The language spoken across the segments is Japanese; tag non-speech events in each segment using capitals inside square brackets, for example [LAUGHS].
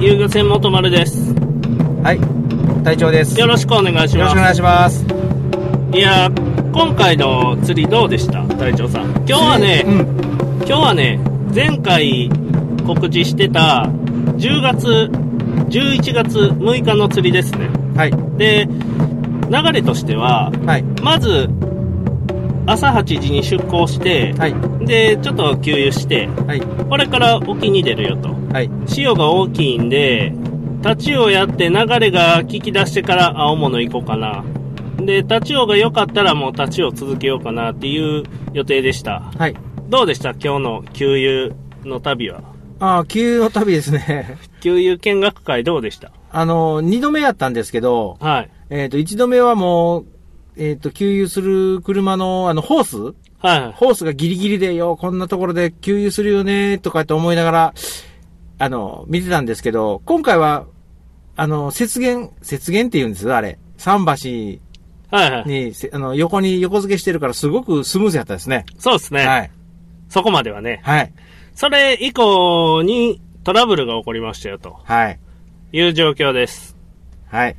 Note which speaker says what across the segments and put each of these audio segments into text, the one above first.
Speaker 1: 遊漁船元丸です。
Speaker 2: はい、隊長です。
Speaker 1: よ
Speaker 2: よ
Speaker 1: ろしくお願いし
Speaker 2: ろ
Speaker 1: ま
Speaker 2: し
Speaker 1: す
Speaker 2: くお。願いします。
Speaker 1: いやー、今回の釣りどうでした隊長さん。今日はね、
Speaker 2: うん、
Speaker 1: 今日はね、前回告知してた10月、11月6日の釣りですね。
Speaker 2: はい、
Speaker 1: で、流れとしては、
Speaker 2: はい、
Speaker 1: まず、朝8時に出港して、
Speaker 2: はい、
Speaker 1: で、ちょっと給油して、
Speaker 2: はい、
Speaker 1: これから沖に出るよと。
Speaker 2: はい、
Speaker 1: 潮が大きいんで、立ちをやって流れが聞き出してから青物行こうかな。で、立ちをが良かったらもう立ちを続けようかなっていう予定でした。
Speaker 2: はい。
Speaker 1: どうでした今日の給油の旅は。
Speaker 2: ああ、急の旅ですね。 [LAUGHS]
Speaker 1: 給油見学会どうでした
Speaker 2: あの、二度目やったんですけど、
Speaker 1: はい。
Speaker 2: えっ、と、一度目はもう、えっ、と、給油する車の、あの、ホース
Speaker 1: はい。
Speaker 2: ホースがギリギリで、よ、こんなところで給油するよね、とかって思いながら、あの、見てたんですけど、今回は、あの、雪原、雪原って言うんですよ、あれ。桟橋
Speaker 1: はい [LAUGHS] はい。
Speaker 2: に、せあの、横に横付けしてるから、すごくスムーズやったですね。
Speaker 1: そうですね。
Speaker 2: はい。
Speaker 1: そこまではね。
Speaker 2: はい。
Speaker 1: それ以降にトラブルが起こりましたよと
Speaker 2: はい。
Speaker 1: いう状況です。
Speaker 2: はい。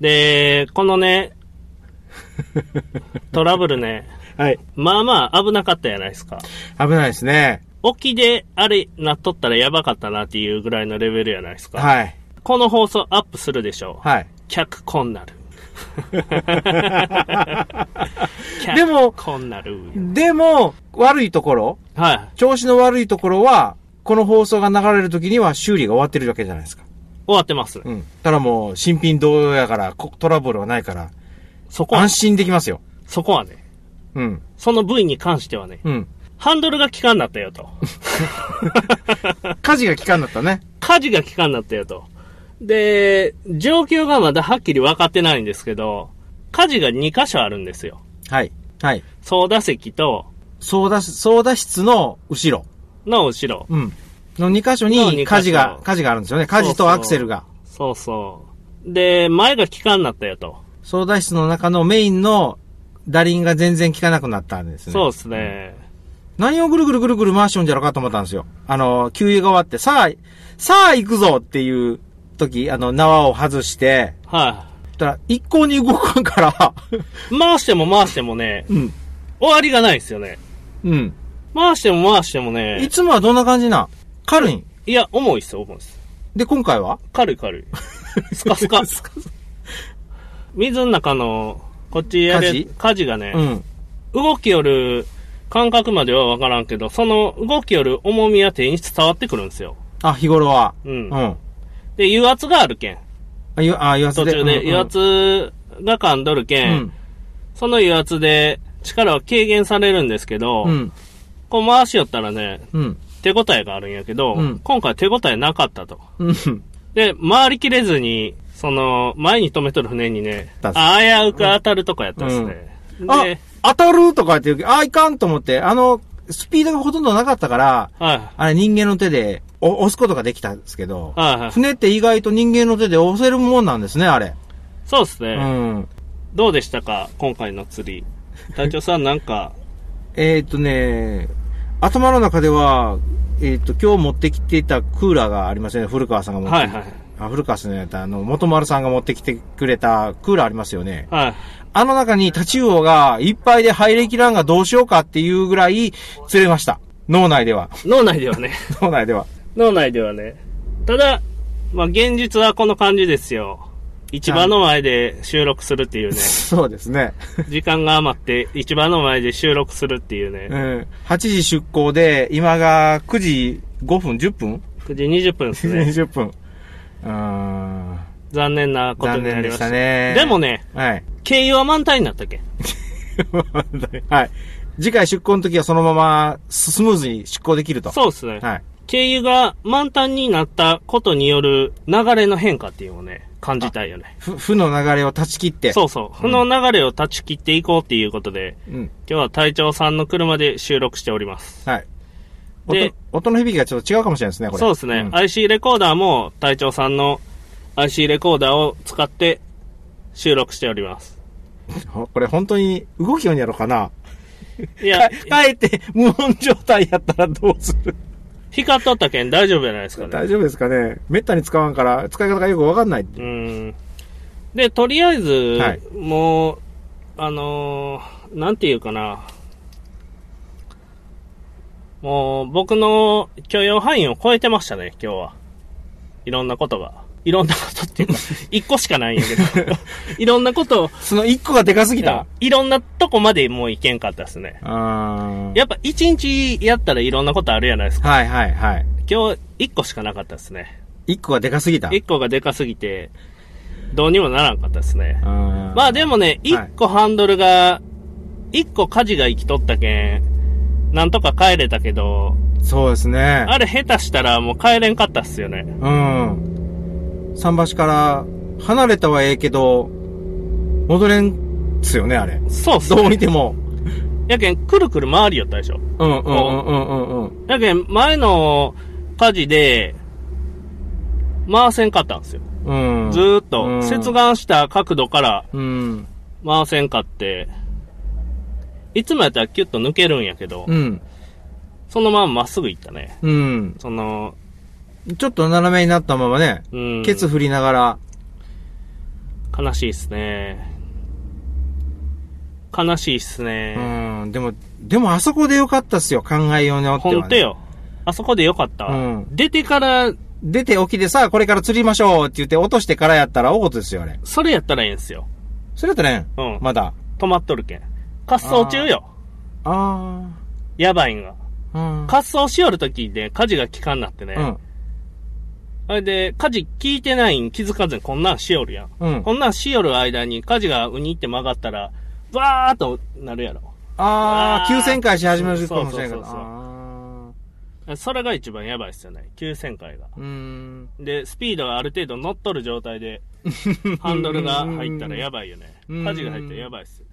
Speaker 1: で、この
Speaker 2: [LAUGHS]
Speaker 1: ね、トラブルね、
Speaker 2: はい。
Speaker 1: まあまあ危なかったじゃないですか。
Speaker 2: 危ないですね。
Speaker 1: 沖であれなっとったらやばかったなっていうぐらいのレベルやないですか。
Speaker 2: はい。
Speaker 1: この放送アップするでしょう。
Speaker 2: はい。
Speaker 1: 客こんな
Speaker 2: [LAUGHS]
Speaker 1: る。
Speaker 2: でも
Speaker 1: 客こんなる。
Speaker 2: でも、悪いところ、
Speaker 1: はい。
Speaker 2: 調子の悪いところは、この放送が流れる時には修理が終わってるわけじゃないですか。
Speaker 1: 終わってます。
Speaker 2: うん。ただもう、新品同様やから、こトラブルはないから、
Speaker 1: そこは
Speaker 2: 安、心できますよ。
Speaker 1: そこはね、
Speaker 2: うん。
Speaker 1: その部位に関してはね、 [LAUGHS]
Speaker 2: うん。
Speaker 1: ハンドルが効かんなったよ
Speaker 2: [LAUGHS]
Speaker 1: と。
Speaker 2: 火事が期間だったね。
Speaker 1: 火事が効かんなったよと。で、状況がまだはっきり分かってないんですけど、火事が2箇所あるんですよ。
Speaker 2: はい。はい。
Speaker 1: 操舵席と、
Speaker 2: ソーダ、ソーダ室の後ろ。
Speaker 1: の後ろ。
Speaker 2: うん。の2箇所
Speaker 1: の二箇
Speaker 2: に
Speaker 1: 所
Speaker 2: 火事が、火事があるんですよね。火事とアクセルが。
Speaker 1: そうそう。で、前が効かんなったよと。
Speaker 2: ソーダ室の中のメインの、打輪が全然効かなくなったんですね。
Speaker 1: そうですね。
Speaker 2: 何をぐるぐるぐるぐる回しようんじゃろうかと思ったんですよ。あの、給油が終わって、さあ、さあ行くぞっていう時、あの、縄を外して、
Speaker 1: は
Speaker 2: たら、一向に動かんから、 [LAUGHS]
Speaker 1: い。回しても回してもね、
Speaker 2: うん、
Speaker 1: 終わりがないですよね。
Speaker 2: うん。
Speaker 1: 回しても回しても
Speaker 2: い
Speaker 1: ね、
Speaker 2: つもはどんな感じなん軽いん。
Speaker 1: いや、重いっすよ、重いっす。
Speaker 2: で、今回は
Speaker 1: 軽い
Speaker 2: [LAUGHS]
Speaker 1: 軽い。スカスカ。水の中の、こっちやれ、
Speaker 2: 火事
Speaker 1: 火事がね、
Speaker 2: うん。
Speaker 1: 動きよる感覚まではわからんけど、その動きよる重みや手に伝わってくるんですよ。
Speaker 2: あ、日頃は。
Speaker 1: う。
Speaker 2: うんん。あ、
Speaker 1: で、油圧があるけん。
Speaker 2: ゆ、あ、油圧
Speaker 1: 途
Speaker 2: で。
Speaker 1: 中で
Speaker 2: うんうん
Speaker 1: 油圧が噛んどるけ、
Speaker 2: うんん。
Speaker 1: その油圧で力は軽減されるんですけど、
Speaker 2: うん。
Speaker 1: こう回しよったらね、
Speaker 2: うん。
Speaker 1: 手応えがあるんやけど、
Speaker 2: うん
Speaker 1: 今回手応えなかったと。
Speaker 2: うん。
Speaker 1: で、回りきれずに、その、前に止めとる船にね、
Speaker 2: だ
Speaker 1: あ危うく当たるとこやったんですね。
Speaker 2: あ
Speaker 1: で、、
Speaker 2: 当たるとかって言うけど、あ、いかんと思って、あの、スピードがほとんどなかったから、
Speaker 1: はい、
Speaker 2: あれ人間の手でお押すことができたんですけど、
Speaker 1: はい、はい。
Speaker 2: 船って意外と人間の手で押せるもんなんですね、あれ。
Speaker 1: そうですね、
Speaker 2: うん。
Speaker 1: どうでしたか今回の釣り。隊長さんなんか、
Speaker 2: えーっとね、頭の中では、えーっと、今日持ってきていたクーラーがありますよね、古川さんが持って
Speaker 1: はい
Speaker 2: きて。
Speaker 1: はい。
Speaker 2: あ古川さんのやった、あの、元丸さんが持ってきてくれたクーラーありますよね。
Speaker 1: はい。
Speaker 2: あの中にタチウオがいっぱいで入れきらんがどうしようかっていうぐらい釣れました。脳内では。
Speaker 1: 脳内ではね。
Speaker 2: 脳内では。
Speaker 1: [LAUGHS] 脳内ではね。ただ、まあ、現実はこの感じですよ。市場の前で収録するっていうね。
Speaker 2: そうですね。
Speaker 1: 時間が余って市場の前で収録するっていう
Speaker 2: う
Speaker 1: ね。
Speaker 2: ん。8時出港で、今が9時5分 ?10 分
Speaker 1: 9時20分です
Speaker 2: [LAUGHS]
Speaker 1: ね。
Speaker 2: ?20 分。うーん。
Speaker 1: 残念なこと
Speaker 2: 残
Speaker 1: になり
Speaker 2: 念で
Speaker 1: まし。
Speaker 2: したたね。
Speaker 1: でも。ね、
Speaker 2: はい。 [LAUGHS]
Speaker 1: 経由は満タンになったけん。
Speaker 2: はい。次回出港の時はそのままスムーズに出港できると。
Speaker 1: そうですね。
Speaker 2: はい。
Speaker 1: 経由が満タンになったことによる流れの変化っていうのをね、感じたいよね。
Speaker 2: ふ、負の流れを断ち切って。
Speaker 1: そうそう。この流れを断ち切っていこうっていうことで、
Speaker 2: う。うん。
Speaker 1: 今日は隊長さんの車で収録しております。
Speaker 2: はい。
Speaker 1: で
Speaker 2: 音、音の響きがちょっと違うかもしれないですね、これ。
Speaker 1: そうですね、
Speaker 2: ん
Speaker 1: IC レコーダーも隊長さんの IC レコーダーを使って収録しております。
Speaker 2: ほこれ本当に動きようにやろうかな。 [LAUGHS]
Speaker 1: いや
Speaker 2: か、えって無音状態やったらどうする
Speaker 1: 光っとったけん大丈夫じゃないですかね。
Speaker 2: 大丈夫ですかねめったに使わんから、使い方がよくわかんないって。
Speaker 1: うん。で、とりあえず、
Speaker 2: はい
Speaker 1: もう、あのーなんていうかな。もう、僕の許容範囲を超えてましたね、今日は。いろんなことが。いろんなことって
Speaker 2: [LAUGHS]
Speaker 1: いうか、一個しかないんやけど。いろんなことを、
Speaker 2: その一個がでかすぎ
Speaker 1: うん
Speaker 2: た。
Speaker 1: いろんなとこまでもういけんかったですね。
Speaker 2: あー
Speaker 1: やっぱ一日やったらいろんなことあるじゃないですか。
Speaker 2: はいはいはい。
Speaker 1: 今日一個しかなかったですね。
Speaker 2: 一個がでかすぎた。
Speaker 1: 一個がでかすぎて、どうにもならんかったですね。ま
Speaker 2: ま
Speaker 1: あでもね、一個ハンドルが、一個火事が生きとったけん、なんとか帰れたけど、
Speaker 2: そうですね。
Speaker 1: あれ下手したらもう帰れんかったっすよね。
Speaker 2: うん。桟橋から離れたはええけど、戻れんっすよね、あれ。
Speaker 1: そうっす
Speaker 2: どう見
Speaker 1: ね。
Speaker 2: ても。
Speaker 1: やけん、くるくる回りよったでしょ。
Speaker 2: うんうんうんうんうんうん。
Speaker 1: やけん、前の火事で、回せんかったんですよ。
Speaker 2: うん。
Speaker 1: ずーっ
Speaker 2: う
Speaker 1: と、
Speaker 2: ん
Speaker 1: 接岸した角度から
Speaker 2: うん。
Speaker 1: 回せんかって、いつもやったらキュッと抜けるんやけど
Speaker 2: う、ん。
Speaker 1: そのまままっすぐ行ったね。
Speaker 2: うん。
Speaker 1: その、
Speaker 2: ちょっと斜めになったままね、
Speaker 1: うん。
Speaker 2: ケツ振りながら、
Speaker 1: 悲しいっすね。悲しいっす
Speaker 2: う
Speaker 1: ね。
Speaker 2: ん。でも、でもあそこでよかったっすよ、考えようによっては、
Speaker 1: ほ
Speaker 2: ね。
Speaker 1: んとよ。あそこでよかったわ。
Speaker 2: うん
Speaker 1: 出てから、
Speaker 2: 出て起きてさあ、これから釣りましょうって言って落としてからやったら大事ですよ、あれ。
Speaker 1: それやったらええんすよ。
Speaker 2: それやったらね、
Speaker 1: うん
Speaker 2: まだ。
Speaker 1: 止まっとるけん。滑走中よ。
Speaker 2: あ
Speaker 1: やばいんが。
Speaker 2: あ。うん。
Speaker 1: 滑走しよるときで火事が効かんなってね。
Speaker 2: うん。
Speaker 1: あれで、火事効いてないん気づかずにこんなんしよるやん。
Speaker 2: うん
Speaker 1: こ。んなんしよる間に火事がうにって曲がったら、わーっとなるやろ。
Speaker 2: ああ、
Speaker 1: あー
Speaker 2: 急旋回し始めるかもしれないか
Speaker 1: そうそうそうそ
Speaker 2: ら。
Speaker 1: う
Speaker 2: あ
Speaker 1: それが一番やばいっすよね。急旋回が。
Speaker 2: ーうーん。
Speaker 1: で、スピードがある程度乗っとる状態で、ハンドルが入ったらやばいよね。
Speaker 2: うん
Speaker 1: 舵が入ったらやばいっすよね。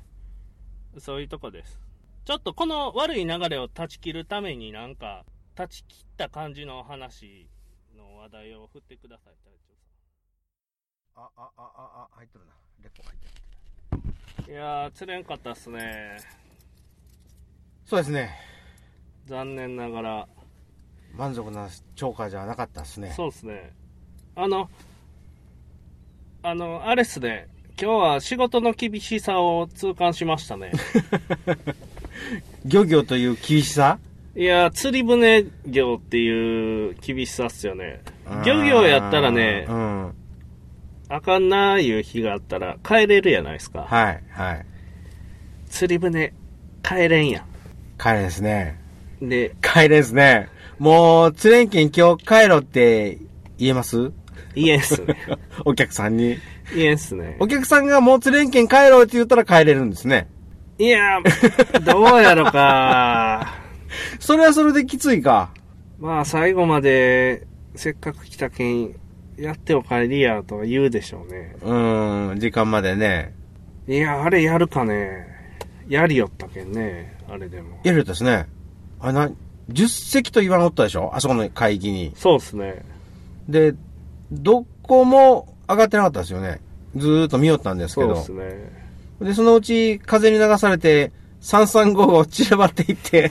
Speaker 1: そういうとこです。ちょっとこの悪い流れを断ち切るためになんか、断ち切った感じの話の話題を振ってください、隊
Speaker 2: あ、あ、あ、あ、入っとるな。レコ入ってる。
Speaker 1: 長さんいやー、釣れんかったっすね。
Speaker 2: そうですね。
Speaker 1: 残念ながら。
Speaker 2: 満足なチョーカーじゃなかったですね。
Speaker 1: そうっすね。あの、あの、あれっすね。今日は仕事の厳しさを痛感しましたね。
Speaker 2: 漁業という厳しさ
Speaker 1: いやー、釣り船業っていう厳しさっすよね。漁業やったらね
Speaker 2: う、ん。
Speaker 1: あかんなーいう日があったら帰れるやないですか。
Speaker 2: はい、はい。
Speaker 1: 釣り船、帰れんや
Speaker 2: 帰れですね。
Speaker 1: ん。で、
Speaker 2: 帰れですね。もう、釣れんけん今日帰ろって言えます
Speaker 1: 言えんっす
Speaker 2: [LAUGHS]
Speaker 1: ね。
Speaker 2: お客さんに。
Speaker 1: 言えんっすね
Speaker 2: お。客さんがもう釣れんけん帰ろうって言ったら帰れるんですね。
Speaker 1: いやー、どうやろか
Speaker 2: それはそれできついか。
Speaker 1: まあ、最後まで、せっかく来たけん、やってお帰りやとは言うでしょうね。
Speaker 2: うん、時間までね。
Speaker 1: いやー、あれやるかね。やりよったけんね、あれでも。
Speaker 2: やるですね。あれな、10席と言わんおったでしょあそこの会議に。
Speaker 1: そうっすね。
Speaker 2: で、どこも上がってなかったですよね。ずーっと見よったんですけ
Speaker 1: そう
Speaker 2: ど。
Speaker 1: っすね。
Speaker 2: で、そのうち風に流されて、335を散らばっていって、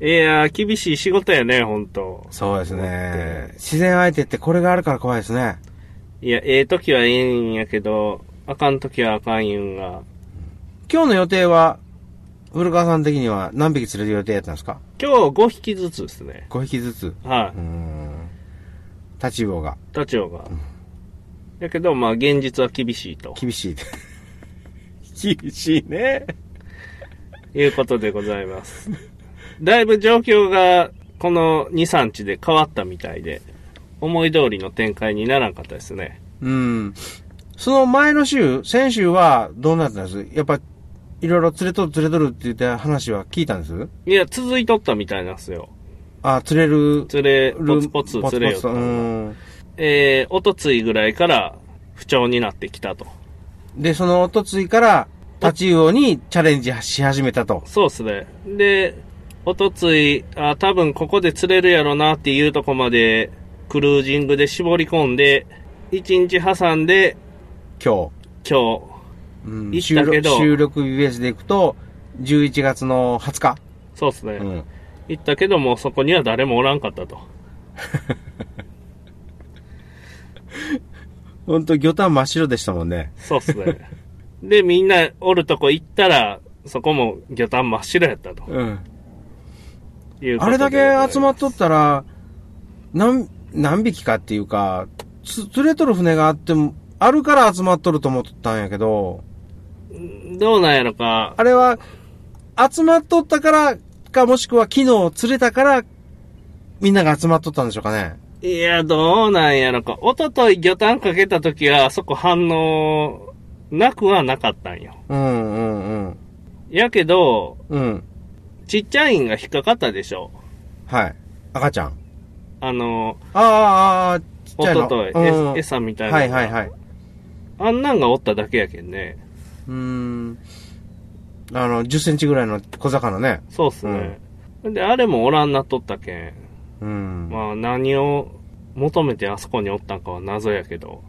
Speaker 1: いやー、厳しい仕事やね、ほんと。
Speaker 2: そうですね。自然相手ってこれがあるから怖いですね。
Speaker 1: いや、ええ時はええんやけど、あかん時はあかんいうんが、
Speaker 2: 今日の予定は、古川さん的には何匹釣れる予定やったんですか
Speaker 1: 今日5匹ずつですね。
Speaker 2: ?5 匹ずつ。
Speaker 1: は
Speaker 2: うーん。タチウオが
Speaker 1: い。タチオが。やけど、まあ、現実は厳しいと。
Speaker 2: 厳しい。厳しいね。
Speaker 1: いうことでございます。だいぶ状況が、この2、3日で変わったみたいで、思い通りの展開にならんかったですね。
Speaker 2: うん。その前の週、先週はどうなったんですやっぱ、いろいろ釣れとる釣れとるって言った話は聞いたんです
Speaker 1: いや、続いとったみたいなんですよ。
Speaker 2: あ、釣れる。
Speaker 1: 釣れ、ポツ
Speaker 2: る
Speaker 1: ポツ釣れよった
Speaker 2: ポツポツうん
Speaker 1: えー、おとついぐらいから不調になってきたと。
Speaker 2: で、そのおとついから、タチウオにチャレンジし始めたと。
Speaker 1: そうですね。で、おとつい、あ、多分ここで釣れるやろなっていうとこまで、クルージングで絞り込んで、一日挟んで、
Speaker 2: 今
Speaker 1: 今日、
Speaker 2: 日。うん
Speaker 1: 行ったけど
Speaker 2: 収録収録日ベースでいくと、11月の20日。
Speaker 1: そうですね、
Speaker 2: うん。
Speaker 1: 行ったけども、そこには誰もおらんかったと。
Speaker 2: ほんと、魚探真っ白でしたもんね。
Speaker 1: そうっす
Speaker 2: [LAUGHS]
Speaker 1: ね。で、みんなおるとこ行ったら、そこも魚探真っ白やったと
Speaker 2: うん。
Speaker 1: いうこ
Speaker 2: あ
Speaker 1: と
Speaker 2: れ
Speaker 1: で
Speaker 2: だけ集まっとったら、何、何匹かっていうか、つ釣れとる船があっても、あるから集まっとると思っとったんやけど、
Speaker 1: どうなんやろか。
Speaker 2: あれは、集まっとったからか、もしくは昨日釣れたから、みんなが集まっとったんでしょうかね。
Speaker 1: いや、どうなんやろか。おととい魚探かけた時は、あそこ反応、なくはなかったんよ。
Speaker 2: うんうんうん。
Speaker 1: やけど、
Speaker 2: うん。
Speaker 1: ちっちゃいんが引っかかったでしょ。
Speaker 2: はい。赤ちゃん。
Speaker 1: あの、
Speaker 2: ああ、ああ、ちっ
Speaker 1: お
Speaker 2: ちゃいの。
Speaker 1: ととい、
Speaker 2: うん
Speaker 1: え餌みたいな。
Speaker 2: はいはいはい。
Speaker 1: あんなんがおっただけやけんね。
Speaker 2: うーん。あの、10センチぐらいの小魚ね。
Speaker 1: そうっすね。で、あれもおらんなっとったけん。
Speaker 2: うん。
Speaker 1: まあ、何を求めてあそこにおったんかは謎やけど、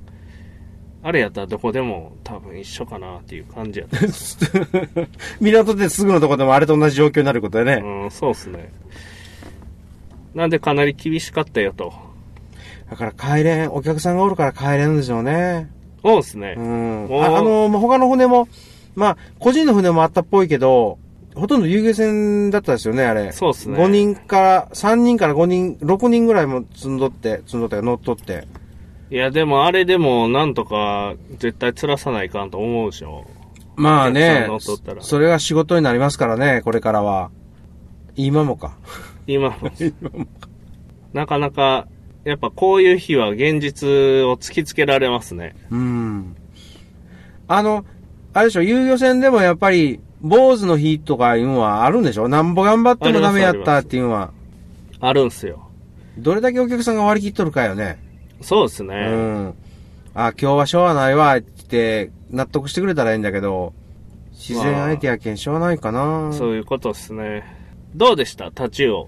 Speaker 1: あれやったらどこでも多分一緒かなっていう感じやった。
Speaker 2: [LAUGHS] 港ですぐのとこでもあれと同じ状況になることでね。
Speaker 1: うん、そうっすね。なんでかなり厳しかったよと。
Speaker 2: だから帰れん、お客さんがおるから帰れんでしょうね。
Speaker 1: そうっすね
Speaker 2: う。ん。
Speaker 1: おー
Speaker 2: ああの、まあ、他の船も、まあ、個人の船もあったっぽいけど、ほとんど遊戯船だったですよね、あれ。
Speaker 1: そうっすね
Speaker 2: 5人から、3人から5人、6人ぐらいも積んどって、積んどって、乗っとって。
Speaker 1: いや、でもあれでもなんとか絶対釣らさないかんと思うでしょ。
Speaker 2: まあね
Speaker 1: お客さん乗っとったら
Speaker 2: そそれが仕事になりますからね、これからは。今もか。
Speaker 1: 今も。なかなか、やっぱこういう日は現実を突きつけられますね。
Speaker 2: うん。あの、あれでしょ、遊漁船でもやっぱり、坊主の日とかいうのはあるんでしょなんぼ頑張ってもダメやったっていうのは。
Speaker 1: あるんすよ。
Speaker 2: どれだけお客さんが割り切っとるかよね。
Speaker 1: そうです
Speaker 2: う
Speaker 1: ね。
Speaker 2: ん。あ、今日はしょうがないわ、って納得してくれたらいいんだけど、自然相手やけんしょうがないかな。
Speaker 1: そういうことですね。どうでしたタチウオ。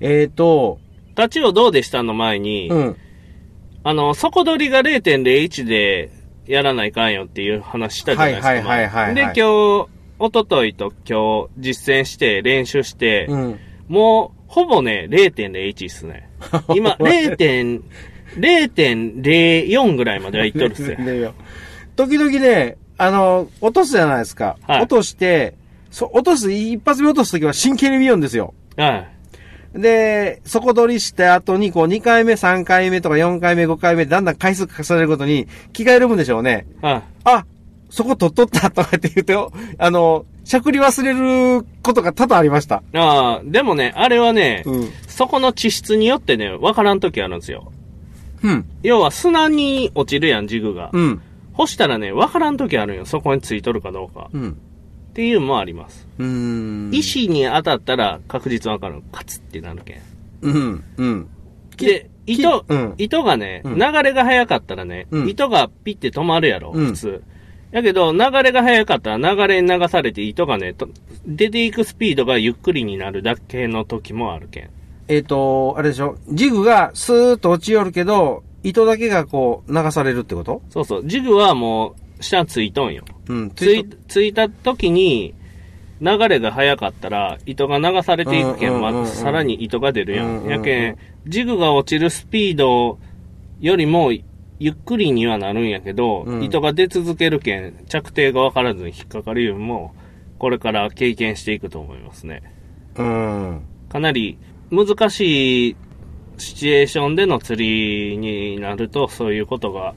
Speaker 2: えーと、
Speaker 1: タチウオどうでしたの前に、
Speaker 2: うん。
Speaker 1: あの、底取りが0.01でやらないかんよっていう話したじゃないですか。
Speaker 2: はいはいはいはいは
Speaker 1: 前
Speaker 2: い
Speaker 1: で、今日、おとといと今日実践して練習して、
Speaker 2: うん。
Speaker 1: もう、ほぼね、0.01ですね。
Speaker 2: [LAUGHS]
Speaker 1: 今、0.0 0.04ぐらいまでは行っとるっ
Speaker 2: [LAUGHS]
Speaker 1: すよ。
Speaker 2: でよ時々ね、あの、落とすじゃないですか。
Speaker 1: はい
Speaker 2: 落として、そ落とす、一発目落とすときは真剣に見ようんですよ。
Speaker 1: はい。
Speaker 2: で、底取りした後に、こう、2回目、3回目とか4回目、5回目、だんだん回数重ねるごとに、着替えるもんでしょうね。
Speaker 1: はい。
Speaker 2: あ、そこ取っとったとかって言うと、あの、しゃくり忘れることが多々ありました。
Speaker 1: ああ、でもね、あれはね、
Speaker 2: うん
Speaker 1: そこの地質によってね、わからんときあるんですよ。
Speaker 2: うん。
Speaker 1: 要は砂に落ちるやん、ジグが。
Speaker 2: うん。
Speaker 1: 干したらね、わからんときあるんよ、そこについとるかどうか。
Speaker 2: うん。
Speaker 1: っていうのもあります。
Speaker 2: うん。
Speaker 1: 石に当たったら確実わかる。カツってなるけん。
Speaker 2: うん。うん。
Speaker 1: で、糸、
Speaker 2: うん
Speaker 1: 糸がね、
Speaker 2: うん
Speaker 1: 流れが速かったらね、
Speaker 2: うん
Speaker 1: 糸がピッて止まるやろ、
Speaker 2: うん
Speaker 1: 普通。やけど、流れが速かったら流れに流されて糸がね、と出ていくスピードがゆっくりになるだけの時もあるけん。
Speaker 2: えっ、と、あれでしょジグがスーッと落ちよるけど、糸だけがこう、流されるってこと
Speaker 1: そうそう。ジグはもう、下ついとんよ。
Speaker 2: うん。
Speaker 1: つい、ついた時に、流れが速かったら、糸が流されていくけん、
Speaker 2: うんうんう
Speaker 1: ま
Speaker 2: んうん
Speaker 1: あ、さらに糸が出るや。
Speaker 2: うんうんうんん
Speaker 1: やけん、ジグが落ちるスピードよりも、ゆっくりにはなるんやけど、
Speaker 2: うん
Speaker 1: 糸が出続けるけん、着底がわからずに引っかかるよりも、これから経験していくと思いますね。
Speaker 2: うん。
Speaker 1: かなり難しいシチュエーションでの釣りになると、そういうことが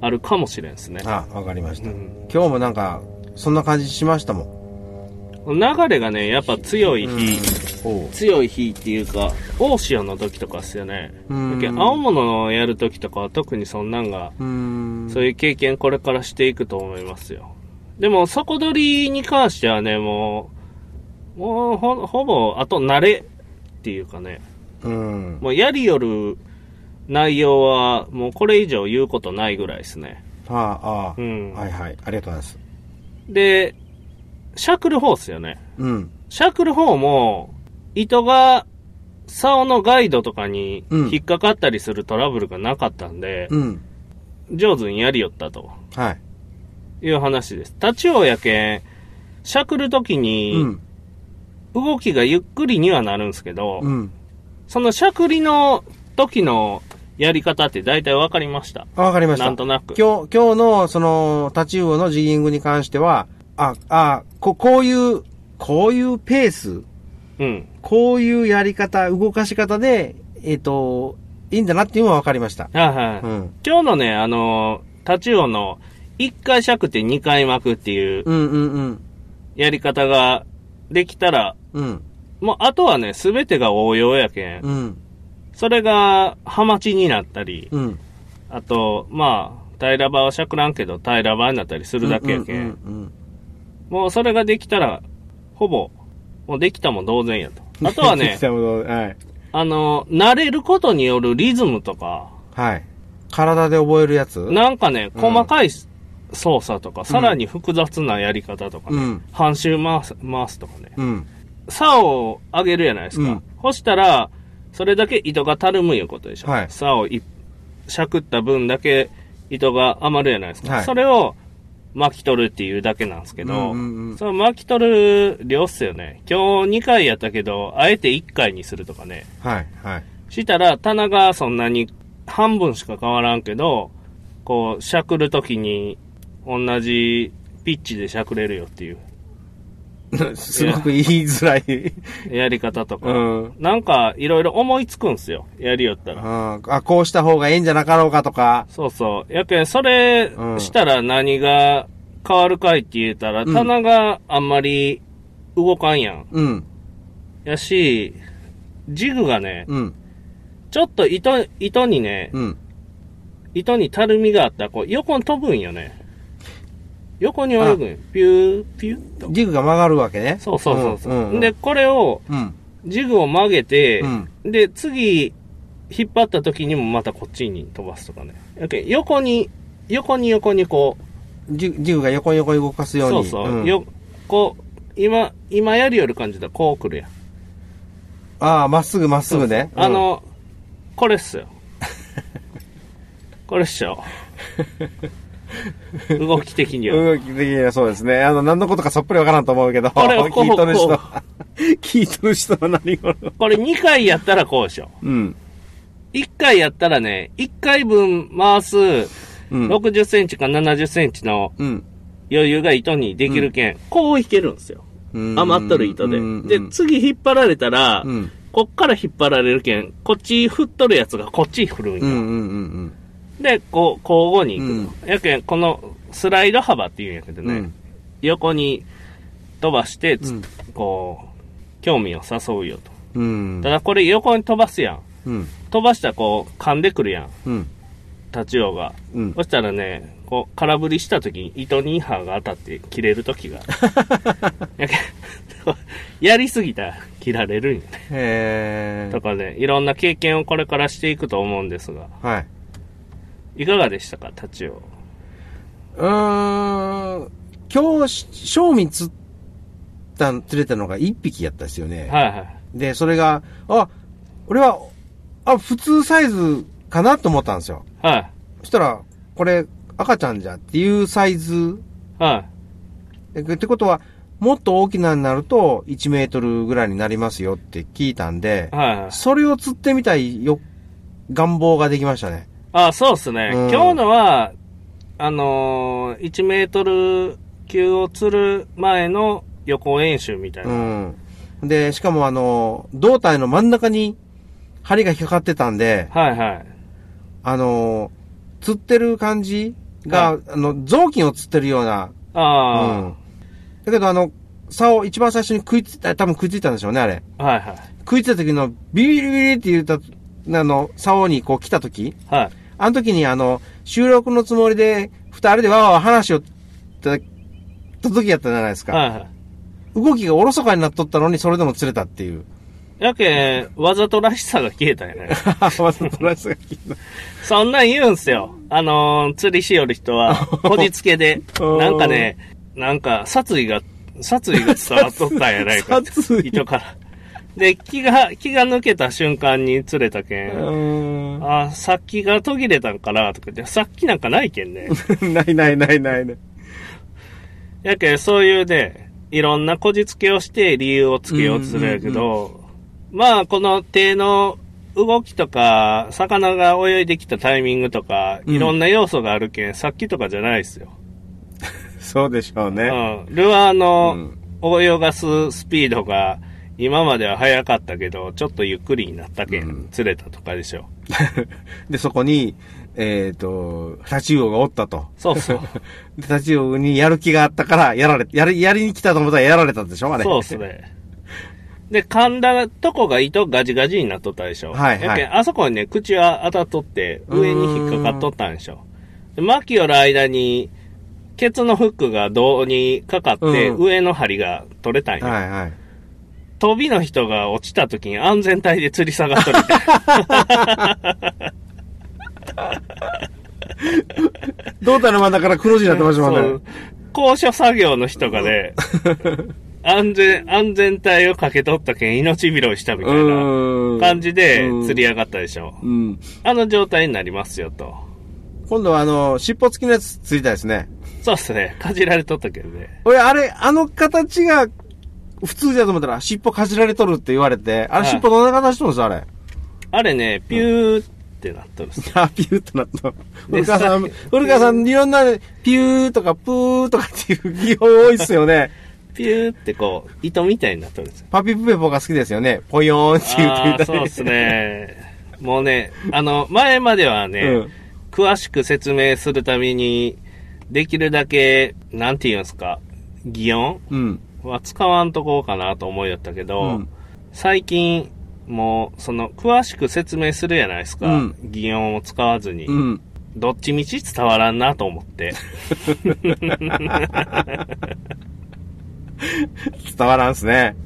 Speaker 1: あるかもしれんですね。
Speaker 2: あ、わかりまし
Speaker 1: う
Speaker 2: た。
Speaker 1: ん
Speaker 2: 今日もなんか、そんな感じしましたもん。
Speaker 1: 流れがね、やっぱ強い日、
Speaker 2: おう。
Speaker 1: 強い日っていうか、大潮の時とかっすよね。
Speaker 2: う
Speaker 1: だ
Speaker 2: ん
Speaker 1: けど青物をやる時とかは特にそんなんが、
Speaker 2: うん。
Speaker 1: そういう経験これからしていくと思いますよ。でも、底取りに関してはね、もう、もうほ、ほぼ、あと慣れっていうかね、
Speaker 2: うん。
Speaker 1: もうやりよる内容は、もうこれ以上言うことないぐらいですね。
Speaker 2: ああ、ああ、
Speaker 1: うん
Speaker 2: はいはい。ありがとうございます。
Speaker 1: で、シャクル方っすよね。
Speaker 2: うん。
Speaker 1: シャークル方も、糸が、竿のガイドとかに
Speaker 2: うん
Speaker 1: 引っかかったりするトラブルがなかったんで、
Speaker 2: うん。
Speaker 1: 上手にやりよったと
Speaker 2: はい。
Speaker 1: いう話です。タチウオやけん、シャクル時
Speaker 2: う
Speaker 1: に
Speaker 2: ん。
Speaker 1: 動きがゆっくりにはなるんですけど、
Speaker 2: うん。
Speaker 1: そのしゃくりの時のやり方って大体わかりました。
Speaker 2: あわかりました。
Speaker 1: なんとなく。
Speaker 2: 今日、今日の、その、タチウオのジギングに関しては、あ、あ、こ、こういう、こういうペース、
Speaker 1: うん。
Speaker 2: こういうやり方、動かし方で、えっ、と、いいんだなっていうのは分かりました。
Speaker 1: はいはい。
Speaker 2: うん。
Speaker 1: 今日のね、あのー、タチウオの1回しゃくって2回巻くっていう
Speaker 2: うんうんうん。
Speaker 1: やり方ができたら、
Speaker 2: うん。
Speaker 1: もうあとはね、すべてが応用やけん。
Speaker 2: うん。
Speaker 1: それが、ハマチになったり、
Speaker 2: うん。
Speaker 1: あと、まあ、平場はしゃくらんけど、平場になったりするだけやけ
Speaker 2: うん
Speaker 1: ん。
Speaker 2: うん
Speaker 1: もうそれができたら、ほぼ、もうできたも同然や
Speaker 2: [LAUGHS]
Speaker 1: と。
Speaker 2: うん。
Speaker 1: あとは
Speaker 2: で
Speaker 1: ね
Speaker 2: き、たものはい。
Speaker 1: あの、慣れることによるリズムとか、
Speaker 2: はい。体で覚えるやつ
Speaker 1: なんかね、
Speaker 2: うん
Speaker 1: 細かい操作とか、さらに複雑なやり方とかね、
Speaker 2: うん
Speaker 1: 半周回す、回すとかね、
Speaker 2: うん。
Speaker 1: 竿を上げるじゃないですか。
Speaker 2: うん
Speaker 1: 干したら、それだけ糸がたるむいうことでしょ。
Speaker 2: はい
Speaker 1: 竿をいしゃくった分だけ糸が余るじゃないですか。
Speaker 2: はい
Speaker 1: それを巻き取るっていうだけなんですけど、
Speaker 2: うんうんうん
Speaker 1: その巻き取る量っすよね。今日2回やったけど、あえて1回にするとかね。
Speaker 2: はい。はい。
Speaker 1: したら棚がそんなに半分しか変わらんけど、こう、しゃくるときに同じピッチでしゃくれるよっていう [LAUGHS]
Speaker 2: すごく言いづらい。
Speaker 1: やり方とか、
Speaker 2: うん
Speaker 1: なんかいろいろ思いつくんすよ、やりよったら。
Speaker 2: うんあ、こうした方がええんじゃなかろうかとか。
Speaker 1: そうそう。やけん、それ
Speaker 2: うん
Speaker 1: したら何が変わるかいって言ったら、
Speaker 2: うん
Speaker 1: 棚があんまり動かんやん。
Speaker 2: うん。
Speaker 1: やし、ジグがね、
Speaker 2: うん。
Speaker 1: ちょっと糸、糸にね、
Speaker 2: うん。
Speaker 1: 糸にたるみがあったら、こう、横に飛ぶんよね。横に泳ぐんよ。ピュー、ピューっと。
Speaker 2: ジグが曲がるわけね。
Speaker 1: そうそうそうそう、
Speaker 2: んんん
Speaker 1: で、、これを、
Speaker 2: うん。
Speaker 1: ジグを曲げて、
Speaker 2: うん
Speaker 1: で、次、引っ張った時にもまたこっちに飛ばすとかね。やけん横に、横に横にこう、
Speaker 2: ジグジグが横に横に動かすよう
Speaker 1: そう
Speaker 2: に。
Speaker 1: そう、
Speaker 2: ん
Speaker 1: よ、こう、今、今やりよる感じだこう来るやん。
Speaker 2: ああ、まっすぐまっすぐね。
Speaker 1: あの、これっ
Speaker 2: [LAUGHS]
Speaker 1: すよ。これっしょ。動き的には。
Speaker 2: うん、動き的にはそうですね。あの、何のことかさっぱりわからんと思うけど、
Speaker 1: これこう
Speaker 2: 聞いとる人 [LAUGHS]
Speaker 1: こう
Speaker 2: は、聞いとる人は何頃
Speaker 1: これ2回やったらこうでしょ。
Speaker 2: うん。
Speaker 1: 1回やったらね、1回分回す
Speaker 2: うん。
Speaker 1: 60センチか70センチの
Speaker 2: うん。
Speaker 1: 余裕が糸にできるけん、こう引けるんですよ。
Speaker 2: うん
Speaker 1: 余っとる糸で。
Speaker 2: うん
Speaker 1: で、次引っ張られたら、
Speaker 2: うん。
Speaker 1: こっから引っ張られるけん、こっち振っとるやつがこっち振るんよ。
Speaker 2: うんうんうん
Speaker 1: で、こう、交互に行くの。やけん、このスライド幅っていうんやけど
Speaker 2: うん。う
Speaker 1: ね、
Speaker 2: ん。
Speaker 1: 横に飛ばして、つ
Speaker 2: うん
Speaker 1: こう、興味を誘うよと。
Speaker 2: うん。
Speaker 1: ただこれ横に飛ばすやん。
Speaker 2: うん。
Speaker 1: 飛ばしたらこう、噛んでくるやん。
Speaker 2: うん。
Speaker 1: タチウオが。
Speaker 2: うん
Speaker 1: そ。したらね、こう、空振りした時に糸に刃が当たって切れる時
Speaker 2: [LAUGHS]
Speaker 1: が。やけ [LAUGHS] やりすぎたら切られるんよね。
Speaker 2: へ
Speaker 1: と
Speaker 2: ー。
Speaker 1: かね、いろんな経験をこれからしていくと思うんですが、
Speaker 2: はい。
Speaker 1: いかがでしたか、タチウオ。
Speaker 2: うーん。今日、正味釣った、釣れたのが一匹やったですよね。
Speaker 1: はいはい。
Speaker 2: で、それが、あ、俺は、あ、普通サイズかなと思ったんですよ。
Speaker 1: はい。
Speaker 2: そしたら、これ、赤ちゃんじゃっていうサイズ。
Speaker 1: は
Speaker 2: えってことは、もっと大きなになると、1メートルぐらいになりますよって聞いたんで
Speaker 1: い。、はいはい。
Speaker 2: それを釣ってみたいよ、願望ができましたね。
Speaker 1: あ、そうっすね。
Speaker 2: うん
Speaker 1: 今日のは、あのー、1メートル級を釣る前の予行演習みたいうな。
Speaker 2: ん。で、しかもあの、胴体の真ん中に針が引っかかってたんで、
Speaker 1: はいはい。
Speaker 2: あの、釣ってる感じが、
Speaker 1: は
Speaker 2: あの、雑巾を釣ってるようなう
Speaker 1: あ
Speaker 2: ん。だけどあの、竿一番最初に食いついた、多分食いついたんでしょうね、あれ。
Speaker 1: あ、はいはい。
Speaker 2: 食いついた時のビリビリビリって言った、あの、竿にこう来た時、
Speaker 1: はい。
Speaker 2: あの時にあの、収録のつもりで、二人でわーわー話をた、た時やったじゃないですか。
Speaker 1: はいはい。
Speaker 2: 動きがおろそかになっとったのに、それでも釣れたっていう。
Speaker 1: やけん、わざとらしさが消えたよね。
Speaker 2: わざとらしさが聞い
Speaker 1: そんなん言うんすよ。あのー釣りしよる人
Speaker 2: [LAUGHS]
Speaker 1: は、こじつけで。
Speaker 2: うん
Speaker 1: なんかね、なんか、殺意が、殺意が伝わっとったんやないかって。
Speaker 2: [LAUGHS] 殺意
Speaker 1: 糸から。で、気が、気が抜けた瞬間に釣れたけ
Speaker 2: た。
Speaker 1: ん。
Speaker 2: [LAUGHS] う
Speaker 1: あー、さっきが途切れたんかな、とか言って、さっきなんかないけんね。
Speaker 2: ーん。ないないないないね。
Speaker 1: やけん、そういうね、いろんなこじつけをして理由をつけようとするんやけど、まあ、この手の動きとか、魚が泳いできたタイミングとか、
Speaker 2: うん
Speaker 1: いろんな要素があるけん、さっきとかじゃないですよ。
Speaker 2: そうでしょう
Speaker 1: う
Speaker 2: ね。
Speaker 1: ん。ルアー
Speaker 2: う
Speaker 1: の
Speaker 2: ん
Speaker 1: 泳がすスピードが、今までは速かったけど、ちょっとゆっくりになったけ
Speaker 2: うん
Speaker 1: ん、釣れたとかでしょ。
Speaker 2: [LAUGHS] で、そこに、えっ、と、タチウオがおったと。
Speaker 1: そうそう。
Speaker 2: でタチウオにやる気があったから、やられ、やり、やりに来たと思ったらやられたでしょあれ。
Speaker 1: そうっす。ね。で、噛んだとこが糸ガジガジになっとったでしょ。
Speaker 2: はいはい
Speaker 1: やけんあそこにね、口は当たっとって、上に引っかかっとったんでしょ。で、巻き寄る間に、ケツのフックが胴にかかって、
Speaker 2: うん
Speaker 1: 上の針が取れたんや。
Speaker 2: はいはい。
Speaker 1: 飛びの人が落ちた時に安全帯で吊り下がっとるみたいな。
Speaker 2: 胴体の真ん中から黒 [LAUGHS] 字になってましたもん
Speaker 1: そ
Speaker 2: ね
Speaker 1: う。高所作業の人がね、安全、安全帯をかけとったけん命拾いしたみたいな
Speaker 2: うーん。
Speaker 1: 感じで釣り
Speaker 2: 合
Speaker 1: 上がったでしょ。
Speaker 2: うん。
Speaker 1: あの状態になりますよと。
Speaker 2: 今度はあの、尻尾付きのやつ釣りたいですね。
Speaker 1: そうっすね。かじられとったけどね。
Speaker 2: 俺、あれ、あの形が、普通だと思ったら、尻尾かじられとるって言われて、あれ
Speaker 1: はい
Speaker 2: 尻尾どんな形しとるんですあれ。
Speaker 1: あれね、ピューってなっとるっす。
Speaker 2: あ、ピューってなった。古川さん、
Speaker 1: さっき
Speaker 2: 古川さん、いろんな、ピューとかプーとかっていう技法多いっす
Speaker 1: [LAUGHS]
Speaker 2: よね。
Speaker 1: ピューってこう、糸みたいになっとるん
Speaker 2: [LAUGHS]
Speaker 1: ですよ。
Speaker 2: パピプペポが好きですよね。ポヨーンって言って
Speaker 1: あ
Speaker 2: み
Speaker 1: あ
Speaker 2: た
Speaker 1: ー、
Speaker 2: り。
Speaker 1: そうっすね。もうね、あの、前まではね、
Speaker 2: うん
Speaker 1: 詳しく説明するために、できるだけ、なんて言うんすか、擬音
Speaker 2: うん。
Speaker 1: は使わんとこうかなと思いよったけど、
Speaker 2: うん
Speaker 1: 最近、もう、その、詳しく説明するやないですか。
Speaker 2: うん
Speaker 1: 擬音を使わずに。
Speaker 2: うん。
Speaker 1: どっちみち伝わらんなと思って。
Speaker 2: 伝わらんっすね。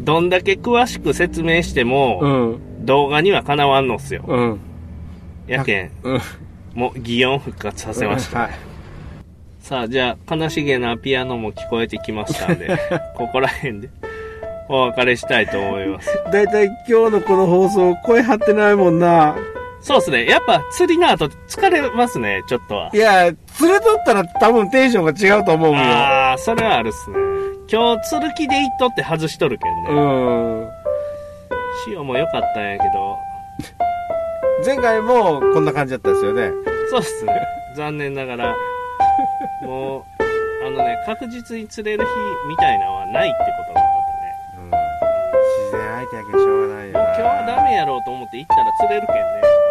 Speaker 1: どんだけ詳しく説明して
Speaker 2: う
Speaker 1: も、
Speaker 2: ん。
Speaker 1: 動画にはかなわんのっすよ。
Speaker 2: うん。
Speaker 1: やけん、
Speaker 2: うん。
Speaker 1: もう擬音復活させま
Speaker 2: [LAUGHS]
Speaker 1: した。
Speaker 2: はい。
Speaker 1: さあ、じゃあ、悲しげなピアノも聞こえてきましたんで、
Speaker 2: [LAUGHS]
Speaker 1: ここら辺でお別れしたいと思います。
Speaker 2: だいたい今日のこの放送、声張ってないもんな。。
Speaker 1: そうっすね。やっぱ釣りの後疲れますね、ちょっとはい
Speaker 2: や、連れとったら多分テンションが違うと思うよ。
Speaker 1: ああ、それはあるっすね。今日、鶴木で行っとって外しとるけんね。
Speaker 2: うん。
Speaker 1: 塩も良かったんやけど、
Speaker 2: 前回もこんな感じだったですよね。
Speaker 1: そうっすね。残念ながら。もう、あのね、確実に釣れる日みたいなのはないってことが分かったね。
Speaker 2: うん。自然相手やけどしょうがないよ
Speaker 1: もう
Speaker 2: な。
Speaker 1: 今日はダメやろうと思って行ったら釣れるけんね。